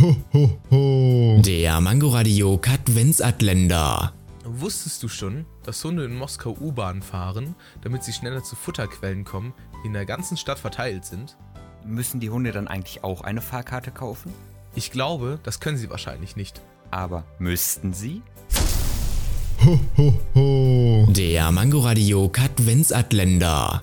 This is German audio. Ho, ho, ho. Der Mangoradio Katwensatländer. Wusstest du schon, dass Hunde in Moskau U-Bahn fahren, damit sie schneller zu Futterquellen kommen, die in der ganzen Stadt verteilt sind? Müssen die Hunde dann eigentlich auch eine Fahrkarte kaufen? Ich glaube, das können sie wahrscheinlich nicht. Aber müssten sie? Ho, ho, ho. Der Mangoradio Katwensatländer.